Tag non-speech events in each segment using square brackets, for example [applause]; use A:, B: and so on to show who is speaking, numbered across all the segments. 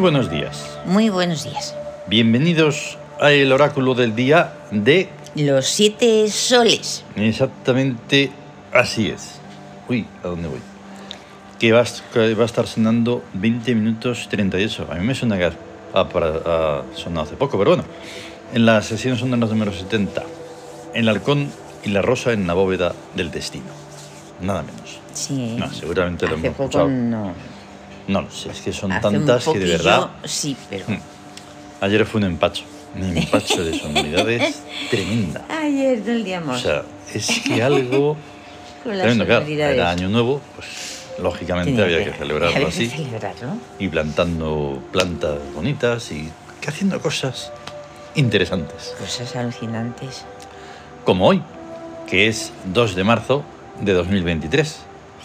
A: buenos días.
B: Muy buenos días.
A: Bienvenidos a el oráculo del día de
B: Los siete soles.
A: exactamente así es. Uy, ¿a dónde voy? Que va, a est- que va a estar sonando 20 minutos 38. A mí me suena que ha, ha para- ha sonado hace poco, pero bueno. En la sesión sonora número 70. El halcón y la rosa en la bóveda del destino. Nada menos.
B: Sí.
A: No, seguramente lo
B: Hace
A: hemos
B: poco
A: escuchado.
B: no.
A: No lo sé, es que son
B: Hace un
A: tantas que de
B: poquillo,
A: verdad...
B: Sí, pero.
A: Hmm. Ayer fue un empacho, un empacho de
B: [laughs]
A: sonoridades tremenda.
B: Ayer del día
A: O
B: amor.
A: sea, es que [laughs] algo
B: con las
A: tremendo, claro.
B: sonoridades.
A: Era año nuevo, pues lógicamente
B: Tenía
A: había que
B: había
A: celebrarlo
B: que
A: así
B: celebrarlo.
A: y plantando plantas bonitas y que haciendo cosas interesantes.
B: Cosas alucinantes.
A: Como hoy, que es 2 de marzo de 2023,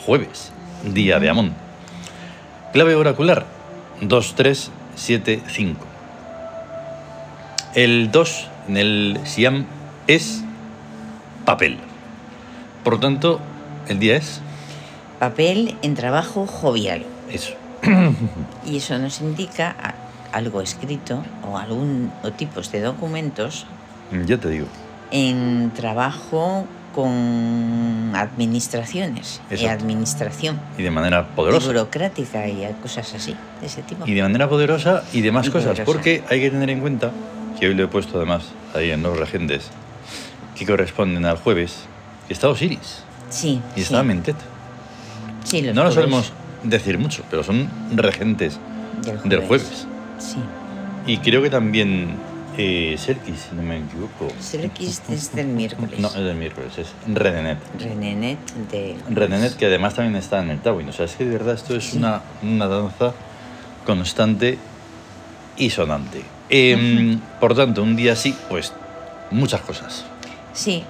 A: jueves, día de Amón. Clave oracular 2375. El 2 en el Siam es papel. Por lo tanto, el día es
B: Papel en trabajo jovial.
A: eso.
B: Y eso nos indica a- algo escrito o algún o tipos de documentos
A: Ya te digo.
B: en trabajo con administraciones y
A: Exacto.
B: administración
A: Y de manera
B: y
A: poderosa.
B: burocrática y cosas así de ese tipo.
A: [laughs] Y de manera poderosa y demás
B: Y
A: cosas.
B: poderosa.
A: Porque hay que tener en cuenta, que hoy lo he puesto además ahí en los regentes, que corresponden al jueves, que está Osiris
B: Sí.
A: y
B: sí.
A: está Mentet.
B: Sí, los
A: No lo
B: jueves
A: solemos decir mucho, pero son regentes del jueves.
B: Sí.
A: Y creo que también eh, Serkis, si no me equivoco.
B: Serkis
A: [laughs]
B: es del miércoles.
A: No, es del miércoles, es Renenet.
B: Renenet del jueves.
A: Renenet, que además también está en el Tawin. O sea, es que de verdad esto es
B: Sí.
A: una, una danza constante y sonante. Em, por tanto, un día así, pues muchas cosas.
B: Sí,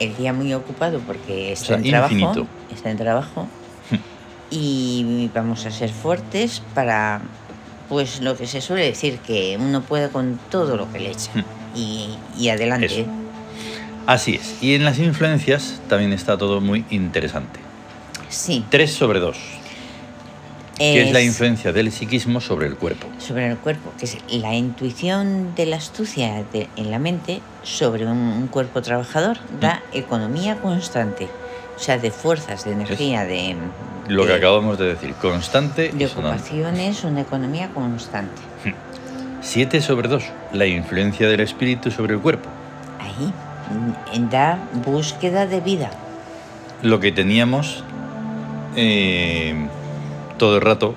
B: el día muy ocupado porque está
A: sea,
B: en trabajo.
A: infinito. Hmm.
B: Está en trabajo. y vamos a ser fuertes para, pues lo que se suele decir, que uno puede con todo lo que le echa. y, y adelante.
A: Hmm. Eso. Así es. Y en las influencias también está todo muy interesante.
B: Sí.
A: 3 sobre 2, que es la
B: es-
A: influencia del psiquismo sobre el cuerpo.
B: sobre el cuerpo, que es la intuición de la astucia de- en la mente sobre un, un cuerpo trabajador, da
A: Mm.
B: economía constante, o sea, de fuerzas, de energía, de,
A: Lo que
B: de-
A: acabamos de decir, constante
B: de
A: y sonante.
B: ocupaciones, una economía constante.
A: 7 sobre 2, la influencia del espíritu sobre el cuerpo.
B: Ahí mm, en- da búsqueda de vida.
A: Lo que teníamos eh, todo el rato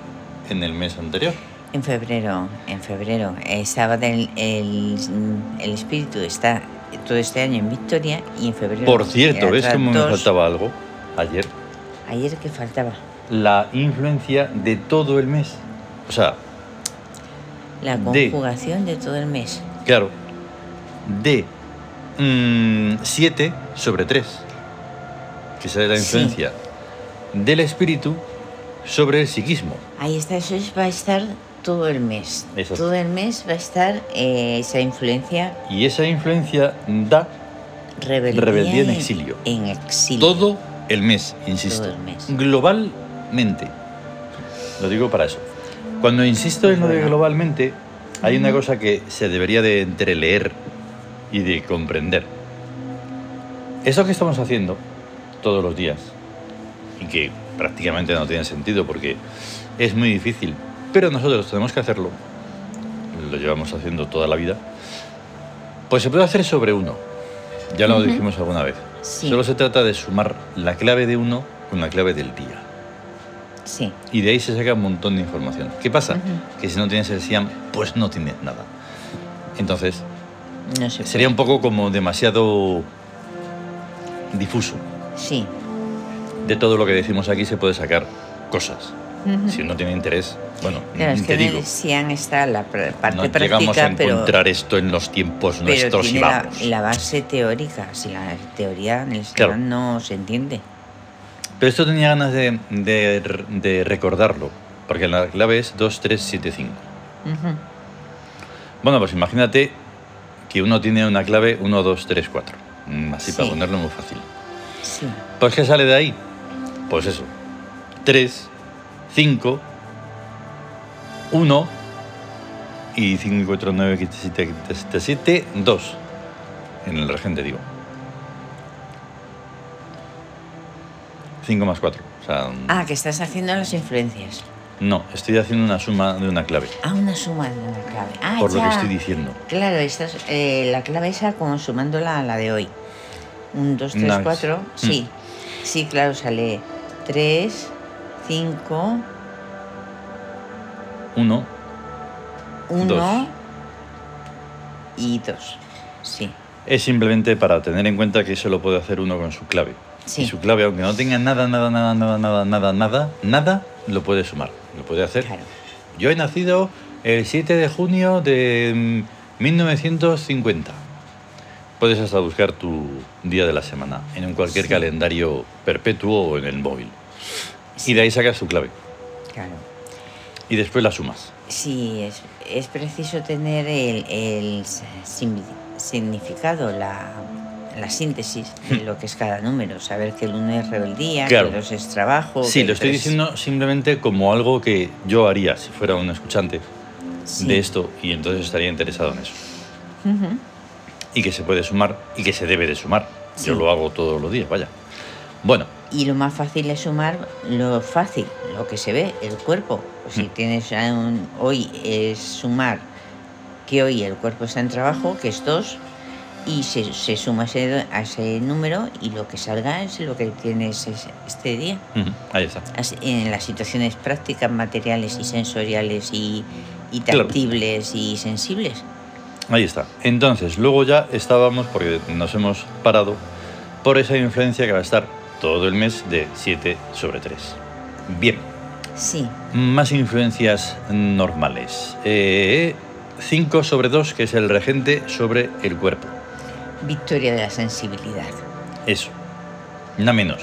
A: en el mes anterior.
B: En febrero, en febrero, eh, estaba del- el, mm, el espíritu está todo este año en Victoria y en febrero.
A: Por cierto,
B: era
A: ¿ves cómo me
B: Tratos.
A: faltaba algo ayer?
B: Ayer que faltaba.
A: La influencia de todo el mes. O sea,
B: La
A: De-
B: conjugación de todo el mes.
A: claro, de 7 sobre 3, que esa es la
B: Sí.
A: influencia del espíritu sobre el psiquismo.
B: Ahí está, eso es- va a estar todo el mes.
A: Eso es.
B: Todo el mes va a estar eh, esa influencia
A: Y esa influencia da
B: rebeldía,
A: Rebeldía en exilio.
B: En exilio.
A: todo el mes, insisto.
B: Todo el mes.
A: Globalmente. Lo digo para eso. Cuando insisto en lo de
B: Bueno.
A: globalmente, hay una cosa que se debería de entreleer y de comprender. Eso que estamos haciendo todos los días, y que prácticamente no tiene sentido porque es muy difícil, pero nosotros tenemos que hacerlo, lo llevamos haciendo toda la vida, pues se puede hacer sobre uno. Ya lo dijimos alguna vez.
B: Sí.
A: Solo se trata de sumar la clave de uno con la clave del día.
B: Sí,
A: Y de ahí se saca un montón de información. ¿Qué pasa?
B: Ujú.
A: Que si no tienes el SIAM, pues no tienes nada. Entonces,
B: no sé.
A: sería un poco como demasiado difuso. [laughs]
B: Sí.
A: De todo lo que decimos aquí se puede sacar cosas. Si uno tiene interés, bueno,
B: [laughs] Claro, es
A: te
B: que en
A: digo,
B: el Sian está la pr- parte
A: no
B: práctica,
A: llegamos a
B: pero,
A: encontrar esto en los tiempos
B: pero
A: nuestros y
B: tiene la,
A: vamos.
B: la base teórica. Si la teoría en el Sian
A: Claro.
B: no se entiende.
A: Pero esto tenía ganas de, de- de recordarlo, porque la clave es 2375.
B: Ujú.
A: Bueno, pues imagínate que uno tiene una clave 1, 2, 3, 4. Mm, Así para
B: Sí.
A: ponerlo muy fácil.
B: Sí.
A: Pues ¿qué sale de ahí? Pues eso. 3, 5, 1, y 549-777-2 en el regente, digo. 5 más 4. O sea,
B: Ah, que estás haciendo las influencias.
A: no, estoy haciendo una suma de una clave,
B: Ah, una suma de una clave. Ah,
A: por lo
B: ya.
A: que estoy diciendo.
B: Claro, estás, eh, la clave esa como sumándola a la de hoy. Un, dos, tres,
A: Nice.
B: cuatro.
A: Mm.
B: Sí. Sí, claro, sale tres, cinco,
A: 1,
B: uno
A: Dos.
B: y dos. Sí.
A: Es simplemente para tener en cuenta que solo puede hacer uno con su clave.
B: Sí.
A: Y su clave, aunque no tenga nada, nada, nada, nada, nada, nada, nada, nada, lo puede sumar. Lo puede hacer.
B: Claro.
A: Yo he nacido el 7 de junio de mm, 1950. Puedes hasta buscar tu día de la semana en un cualquier
B: Sí.
A: calendario perpetuo o en el móvil.
B: Sí.
A: Y de ahí sacas tu clave.
B: Claro.
A: Y después la sumas.
B: Sí, es, es preciso tener el, el s- sim- significado, la, la síntesis de lo que es cada número. Saber que el uno es rebeldía,
A: Claro.
B: que el dos es trabajo. que
A: Sí,
B: el
A: lo estoy
B: Oh, tres-
A: diciendo simplemente como algo que yo haría si fuera un escuchante
B: Sí.
A: de esto y entonces estaría interesado en eso.
B: Ujú.
A: y que se puede sumar y que se debe de sumar.
B: Sí.
A: Yo lo hago todos los días, vaya. Bueno,
B: Y lo más fácil es sumar lo fácil, lo que se ve, el cuerpo. Si
A: Mm.
B: tienes a un- hoy es sumar que hoy el cuerpo está en trabajo, que es dos, y se, se suma ese do- a ese número y lo que salga es lo que tienes es- este día.
A: ujú, ahí está.
B: Así- En las situaciones prácticas, materiales y sensoriales y, y
A: Claro.
B: tactibles y sensibles.
A: Ahí está. Entonces, luego ya estábamos, porque nos hemos parado, por esa influencia que va a estar todo el mes de 7 sobre 3. Bien,
B: Sí,
A: más influencias normales. 5 sobre 2, que es el regente sobre el cuerpo.
B: victoria de la sensibilidad.
A: Eso. Nada menos.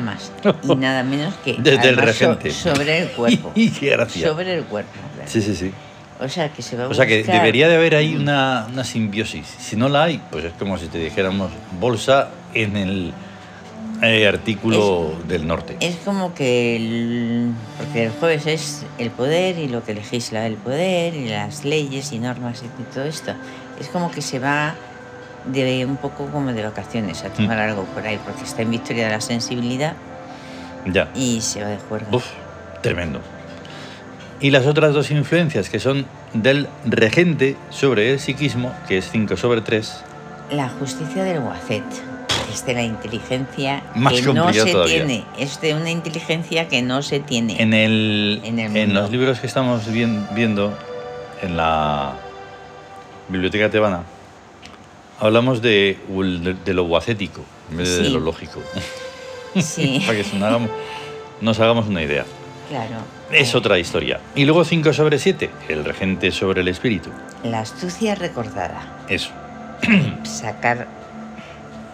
A: [laughs]
B: más y nada menos que
A: Desde el
B: además, so-
A: regente.
B: sobre el cuerpo.
A: [laughs] Y qué gracia.
B: Sobre el cuerpo. claro.
A: Sí, sí, sí.
B: O sea que se va a
A: O sea que
B: buscar-
A: debería de haber ahí una, una simbiosis. Si no la hay, pues es como si te dijéramos bolsa en el eh, artículo del norte.
B: Es eh, como que el... porque el jueves es el poder y lo que legisla el poder y las leyes y normas y todo esto. Es como que se va de un poco como de vacaciones a
A: Mm.
B: tomar algo por ahí porque está en victoria de la sensibilidad
A: Ya.
B: y se va de juerga.
A: Uf, tremendo. Y las otras dos influencias que son del regente sobre el psiquismo, que es 5 sobre 3,
B: La justicia del guacet. Es de la inteligencia
A: Más
B: que no
A: complicado
B: se
A: todavía.
B: tiene. Es de una inteligencia que no se tiene.
A: en, el,
B: En el
A: en
B: mundo.
A: los libros que estamos vien- viendo en la biblioteca tebana, hablamos de, de lo guacético en vez de
B: Sí.
A: lo lógico. [laughs]
B: Sí,
A: para que se nos hagamos, nos hagamos una idea.
B: claro.
A: Es
B: Eh,
A: otra historia. Y luego 5 sobre 7, el regente sobre el espíritu.
B: La astucia recordada.
A: Eso.
B: Sacar.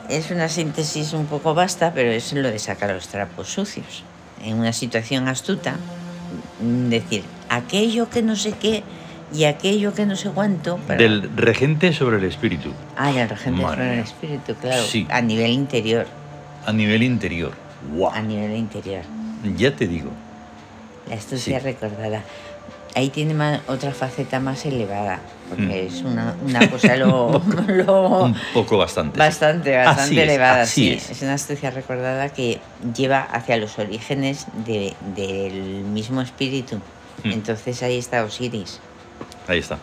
B: Es una síntesis un poco vasta, pero es lo de sacar los trapos sucios. En una situación astuta, mm, decir aquello que no sé qué y aquello que no sé cuánto. pero-
A: Del regente sobre el espíritu,
B: Ah, y el regente
A: Madre
B: sobre el
A: mía.
B: espíritu, claro.
A: Sí.
B: A nivel interior.
A: a nivel interior. ¡Guau!
B: A nivel interior.
A: Ya te digo.
B: La astucia
A: Sí.
B: recordada. Ahí tiene ma- otra faceta más elevada, porque es una, una cosa lo, [laughs] lo-
A: Mm. [laughs] Un poco bastante. sí.
B: Oh. bastante, bastante
A: Así es,
B: elevada.
A: así
B: sí.
A: es.
B: una astucia recordada que lleva hacia los orígenes de- del mismo espíritu.
A: Mm.
B: Entonces ahí está Osiris.
A: Ahí está.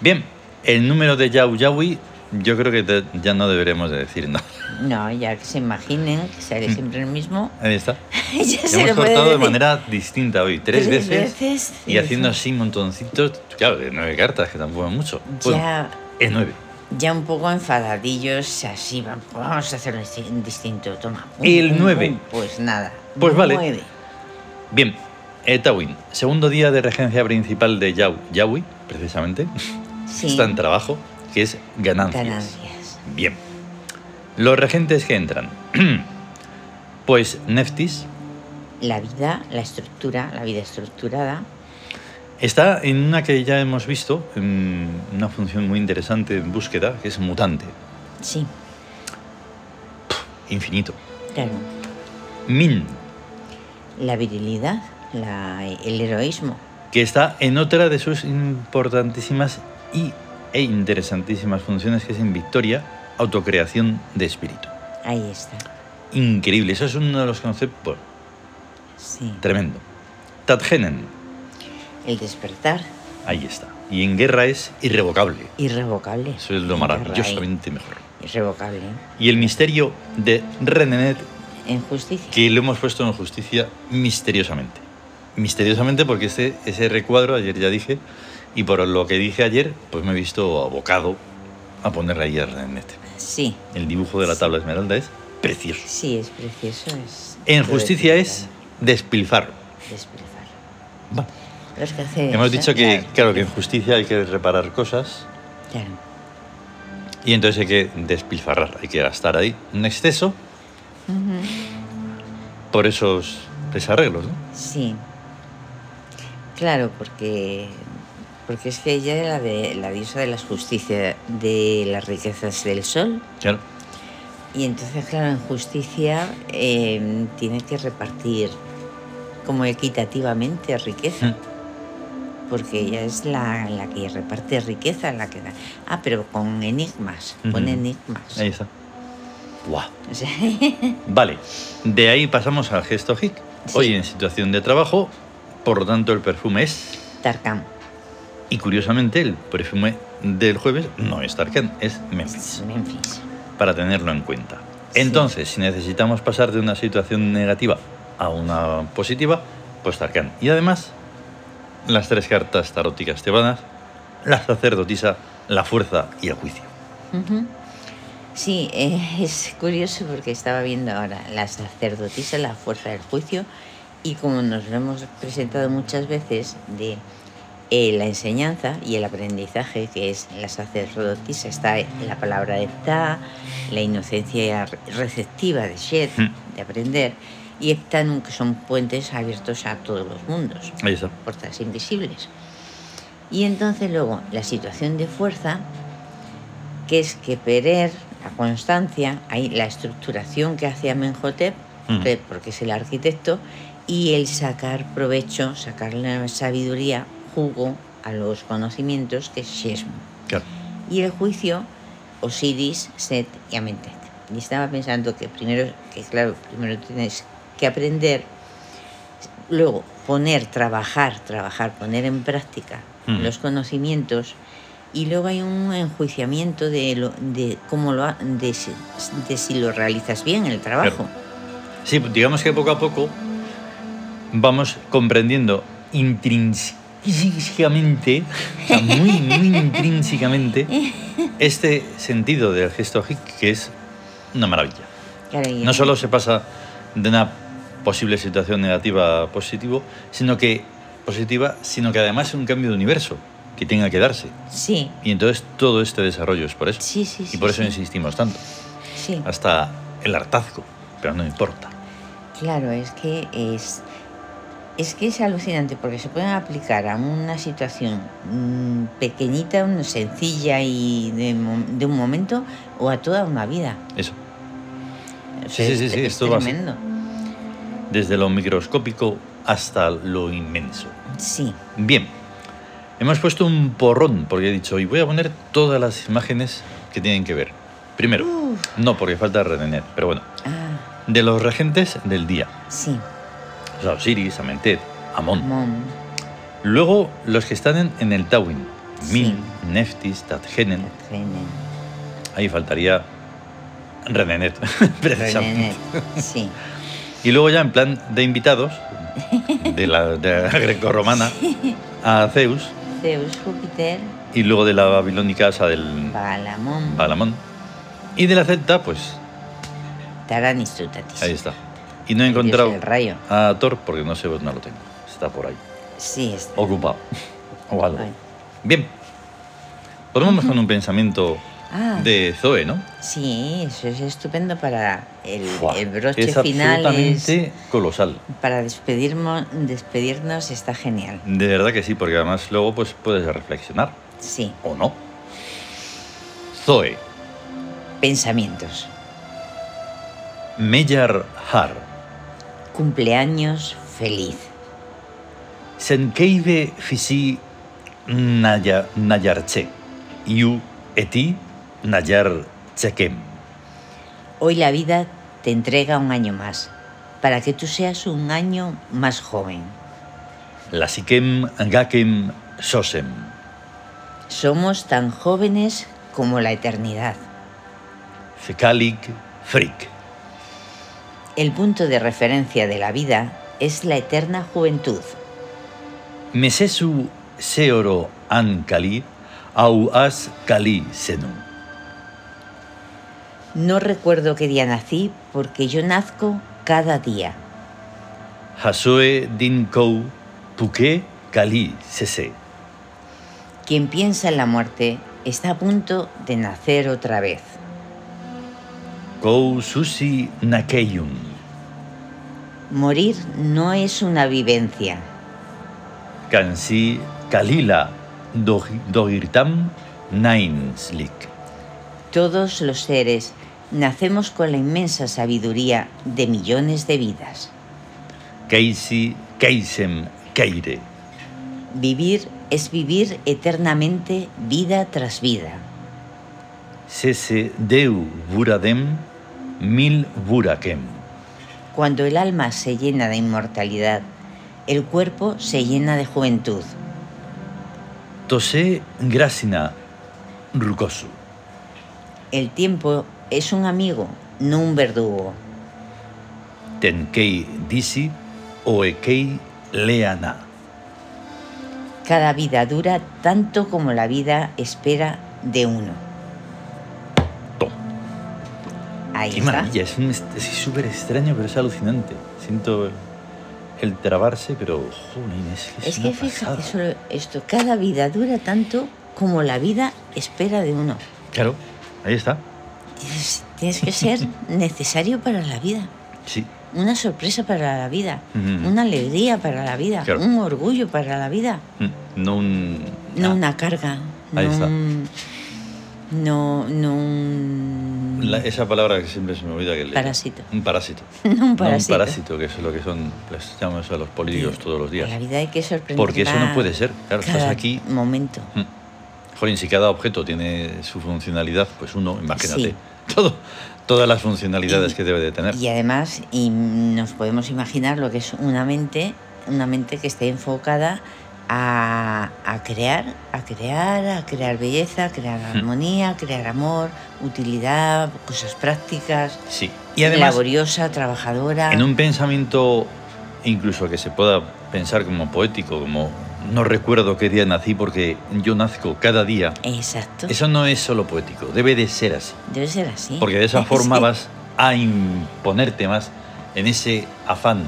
A: Bien, el número de Yau Yaui, yo creo que te- ya no deberemos de decir nada. [laughs]
B: No, ya que se imaginen que sale
A: Mm.
B: siempre el mismo. [laughs]
A: Ahí está.
B: ya se
A: hemos
B: lo puede
A: cortado de
B: decir.
A: manera distinta hoy. Tres,
B: Tres
A: veces.
B: veces,
A: y
B: sí.
A: haciendo así montoncitos. Claro, de nueve cartas, que tampoco es mucho. Bueno,
B: Ya
A: es nueve.
B: ya un poco enfadadillos, así, va- vamos a hacerlo dis- distinto, toma. Pum,
A: El
B: pum,
A: nueve.
B: pum, Pues nada.
A: Pues vale.
B: nueve.
A: Bien, Etawin, segundo día de regencia principal de Yau, Yahui, precisamente,
B: Sí.
A: está en trabajo, que es ganancias.
B: Ganancias.
A: Bien. Los regentes que entran. [clears throat] pues Neftis
B: La vida, la estructura, la vida estructurada.
A: está en una que ya hemos visto, en una función muy interesante en búsqueda, que es mutante,
B: Sí,
A: infinito.
B: claro.
A: Min,
B: La virilidad, la- el heroísmo.
A: que está en otra de sus importantísimas y, e interesantísimas funciones, que es en Victoria, autocreación de espíritu.
B: Ahí está.
A: Increíble, eso es uno de los conceptos
B: Sí.
A: tremendo. Tadgenen,
B: El despertar.
A: ahí está. Y en guerra es irrevocable.
B: Irrevocable.
A: Eso es lo maravillosamente mejor.
B: Irrevocable.
A: Y el misterio de Renenet,
B: En justicia.
A: que lo hemos puesto en justicia misteriosamente. Misteriosamente porque ese, ese recuadro, ayer ya dije, y por lo que dije ayer, pues me he visto abocado a ponerle ahí a Renenet.
B: Sí.
A: El dibujo de la tabla esmeralda es precioso.
B: Sí, es precioso. Es
A: En justicia es despilfarro.
B: Despilfarro.
A: Bueno,
B: Los que hacen
A: hemos
B: eso,
A: dicho que,
B: claro,
A: claro, que en justicia hay que reparar cosas
B: claro.
A: y entonces hay que despilfarrar, hay que gastar ahí un exceso por esos desarreglos, ¿no?
B: Sí. Claro, porque porque es que ella era de, la diosa de las justicias, de las riquezas del sol.
A: Claro.
B: Y entonces, claro, en justicia eh, tiene que repartir como equitativamente riqueza.
A: Hmm.
B: Porque ella es la, la que reparte riqueza, la que da. Ah, pero con enigmas, con
A: Ujú.
B: enigmas.
A: [laughs] Ahí está. Buah.
B: O sea, [laughs]
A: Vale, de ahí pasamos al gesto hic. Hoy
B: Sí.
A: en situación de trabajo, por lo tanto el perfume es...
B: Tarkam.
A: Y curiosamente el perfume del jueves no es Tarkan, es Memphis.
B: Memphis.
A: para tenerlo en cuenta.
B: Sí.
A: Entonces, si necesitamos pasar de una situación negativa a una positiva, pues Tarkan. Y además, las tres cartas taróticas tebanas, la sacerdotisa, la fuerza y el juicio.
B: Ujú. Sí, eh, es curioso porque estaba viendo ahora la sacerdotisa, la fuerza del juicio, y como nos lo hemos presentado muchas veces, de eh, la enseñanza y el aprendizaje, que es la sacerdotisa, está la palabra de Ta, la inocencia re- receptiva de Shed,
A: Mm.
B: de aprender, y Heptanum, que son puentes abiertos a todos los mundos
A: Ahí está.
B: puertas invisibles. Y entonces luego la situación de fuerza, que es que Perer, la constancia, hay la estructuración que hace Amenhotep,
A: Ujú.
B: que- porque es el arquitecto, y el sacar provecho, sacar la sabiduría, jugo a los conocimientos, que es Shesmu.
A: Claro.
B: Y el juicio, Osiris, Set y Amentet. Y estaba pensando que primero, que claro, primero tienes que aprender, luego poner, trabajar, trabajar, poner en práctica
A: Ujú.
B: los conocimientos y luego hay un enjuiciamiento de, lo, de cómo lo ha- de, si- de si lo realizas bien el trabajo.
A: Sí, digamos que poco a poco vamos comprendiendo intrínsecamente, o sea, muy, muy intrínsecamente, este sentido del gesto hic, que es una maravilla.
B: Claro, y-
A: No solo se pasa de una posible situación negativa a positivo, sino que positiva, sino que además es un cambio de universo que tenga que darse.
B: Sí,
A: Y entonces todo este desarrollo es por eso.
B: sí, sí.
A: y
B: sí,
A: por eso
B: sí,
A: insistimos tanto.
B: sí.
A: Hasta el hartazgo, pero no importa.
B: Claro, es que es, es que es alucinante porque se pueden aplicar a una situación mm, pequeñita, un- sencilla y de, mo- de un momento o a toda una vida.
A: Eso.
B: O
A: Sí,
B: sea,
A: sí, sí,
B: es-
A: sí,
B: es
A: esto va así.
B: tremendo.
A: Desde lo microscópico hasta lo inmenso.
B: Sí,
A: Bien. Hemos puesto un porrón porque he dicho, y voy a poner todas las imágenes que tienen que ver. Primero,
B: Uf.
A: no porque falta retener, pero bueno,
B: ah,
A: de los regentes del día.
B: sí,
A: O sea, Osiris, Amentet, Amón.
B: Mom,
A: Luego los que están en, en el Tawin. Min,
B: Sí.
A: Neftis, Tathenen.
B: René,
A: Ahí faltaría Renenet, [laughs] precisamente.
B: René, sí,
A: Y luego ya en plan de invitados, de la, de la [laughs] grecorromana, a Zeus.
B: Zeus, Júpiter,
A: Y luego de la babilónica, o sea, del
B: Balamón,
A: Balamón. Y de la celta, pues
B: Taranis, Tutatis.
A: ahí está. Y no he
B: El dios
A: encontrado
B: del rayo.
A: a Thor porque no sé dónde lo tengo. Está por ahí.
B: Sí, está.
A: Ocupado. [laughs] O algo.
B: Bueno.
A: Bien. Podemos con un pensamiento
B: Ah,
A: de Zoe, ¿no?
B: Sí, eso es estupendo para el,
A: Buah,
B: el broche
A: es
B: final. es-
A: absolutamente colosal.
B: para despedirnos, despedirnos está genial.
A: De verdad que sí, porque además luego pues puedes reflexionar
B: Sí,
A: o no. Zoe
B: pensamientos.
A: Meyar Har
B: Cumpleaños feliz.
A: Senkeibe fisi naya, nayarche, iu eti nayar chequem.
B: Hoy la vida te entrega un año más, para que tú seas un año más joven.
A: La siquem gakem sosem.
B: Somos tan jóvenes como la eternidad.
A: Fecalic fric.
B: El punto de referencia de la vida es la eterna juventud.
A: Mesesu seoro an cali, au as cali senum.
B: No recuerdo qué día nací porque yo nazco cada día.
A: Hasoe dinkou puke cali sese.
B: Quien piensa en la muerte está a punto de nacer otra vez.
A: Kou susi nakeyum.
B: Morir no es una vivencia.
A: Kansi kalila dog- dogirtam nainslik.
B: Todos los seres nacemos con la inmensa sabiduría de millones de vidas.
A: Keisi keisem keire.
B: Vivir es vivir eternamente vida tras vida.
A: Sese deu buradem mil burakem.
B: Cuando el alma se llena de inmortalidad, el cuerpo se llena de juventud.
A: Tose grasina rukosu.
B: El tiempo es un amigo, no un verdugo.
A: Tenkei disi oekei leana.
B: Cada vida dura tanto como la vida espera de uno.
A: Tom.
B: Ahí
A: Qué
B: está.
A: maravilla, es un- es súper extraño, pero es alucinante. Siento el, el trabarse, pero jolín, es, es
B: Es
A: una
B: que fíjate
A: pasada.
B: solo esto, cada vida dura tanto como la vida espera de uno.
A: Claro, ahí está.
B: Dices, tienes
A: [laughs]
B: que ser necesario para la vida,
A: Sí.
B: una sorpresa para la vida,
A: Mm.
B: una alegría para la vida,
A: Claro.
B: un orgullo para la vida,
A: Mm, No un.
B: no
A: ah,
B: una carga,
A: Ahí
B: no
A: está.
B: un- no, no un
A: la- esa palabra que siempre se me olvida que le.
B: Parásito.
A: Un parásito.
B: no un
A: No un
B: parásito.
A: parásito, que es lo que son. Les llamamos a los políticos todos los
B: A La
A: días.
B: vida hay que sorprender.
A: Porque eso no puede ser. Claro, estás
B: cada
A: aquí.
B: Momento.
A: Mm. Jolín, si cada objeto tiene su funcionalidad, pues uno, imagínate.
B: Sí.
A: [laughs] Todo, todas las funcionalidades
B: Y-
A: que debe de tener.
B: Y además, y nos podemos imaginar lo que es una mente, una mente que esté enfocada a, a crear, a crear, a crear belleza, a crear
A: Hmm.
B: armonía, a crear amor, utilidad, cosas prácticas,
A: Sí. Y además,
B: laboriosa, trabajadora.
A: en un pensamiento incluso que se pueda pensar como poético, como no recuerdo qué día nací porque yo nazco cada día,
B: Exacto.
A: eso no es solo poético, debe de ser así,
B: Debe ser así.
A: porque de esa
B: Es
A: forma
B: que-
A: vas a imponerte más en ese afán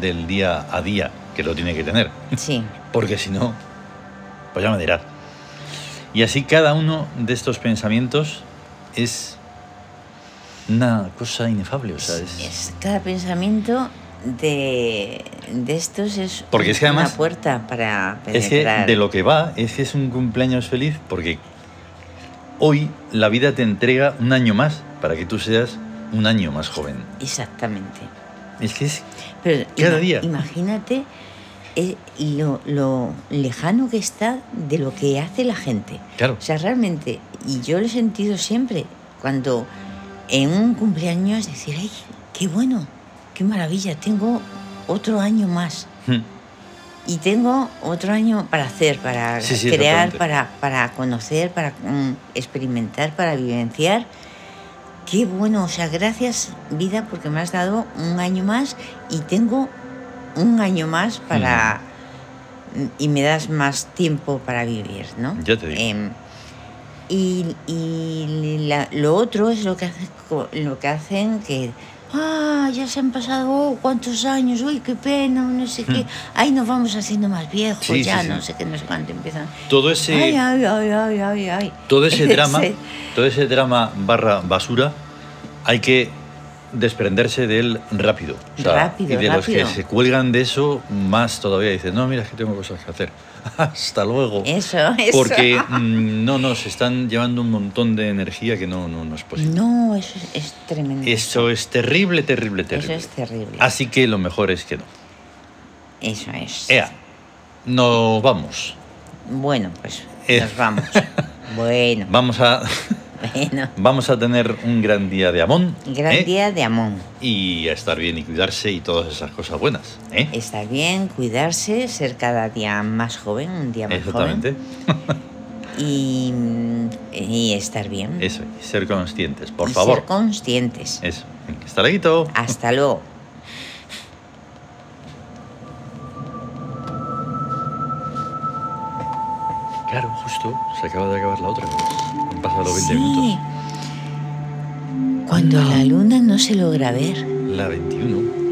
A: del día a día que lo tiene que tener,
B: Sí.
A: porque si no, pues ya me dirás. Y así cada uno de estos pensamientos es una cosa inefable, o sea, es...
B: Es- cada pensamiento de, de estos es,
A: Porque es que además-
B: una puerta para
A: Es que
B: penetrar.
A: de lo que va es que es un cumpleaños feliz porque hoy la vida te entrega un año más para que tú seas un año más joven.
B: Exactamente.
A: Es que es
B: Pero
A: Cada
B: ima-
A: día.
B: Imagínate eh, lo, lo lejano que está de lo que hace la gente.
A: claro. [laughs]
B: O sea, realmente, y yo lo he sentido siempre, cuando en un cumpleaños decir, ay, qué bueno, qué maravilla, tengo otro año más.
A: Mm,
B: Y tengo otro año para hacer, para
A: Sí, sí,
B: crear,
A: exactamente.
B: para, para conocer, para mm, experimentar, para vivenciar. Qué bueno, o sea, gracias vida porque me has dado un año más y tengo un año más para... Y me das más tiempo para vivir, ¿no?
A: Mm. Ya te digo.
B: Em, y y la- lo otro es lo que, hace co- lo que hacen que... Ah, ya se han pasado oh, cuántos años, uy, qué pena, no sé qué.
A: Mm.
B: Ay, nos vamos haciendo más viejos,
A: Sí,
B: ya
A: sí, sí.
B: no sé qué, no sé cuánto empiezan.
A: Todo
B: Ay,
A: ese,
B: ay, ay, ay, ay, ay.
A: todo
B: [laughs]
A: ese drama,
B: Sí.
A: todo ese drama barra basura, hay que desprenderse de él rápido. O sea,
B: Rápido,
A: y de los que
B: rápido.
A: se cuelgan de eso, más todavía dicen, no, mira, es que tengo cosas que hacer. [laughs] Hasta luego.
B: Eso, eso.
A: Porque mm, no nos están llevando un montón de energía que no, no, no es posible.
B: No, eso es, es tremendo.
A: Eso pues, es terrible, terrible,
B: Eso
A: terrible.
B: es terrible.
A: Así que lo mejor es que no.
B: Eso es.
A: Ea, Nos vamos.
B: Bueno, pues
A: Eh. [laughs]
B: nos vamos. Bueno,
A: Vamos a, [laughs]
B: bueno.
A: vamos a tener un gran día de Amón.
B: Gran
A: ¿eh?
B: día de Amón.
A: Y a estar bien y cuidarse y todas esas cosas buenas. ¿eh?
B: Estar bien, cuidarse, ser cada día más joven, un día más
A: Exactamente.
B: Mm. joven. Y, mm, y estar bien.
A: Eso, y ser conscientes, por
B: Y
A: favor.
B: Ser conscientes.
A: Eso. Hasta luego.
B: Hasta luego. Ah.
A: Claro, justo. Se acaba de acabar la otra. Han pasado los 20
B: Sí.
A: minutos.
B: Cuando la luna no se logra ver.
A: La 21.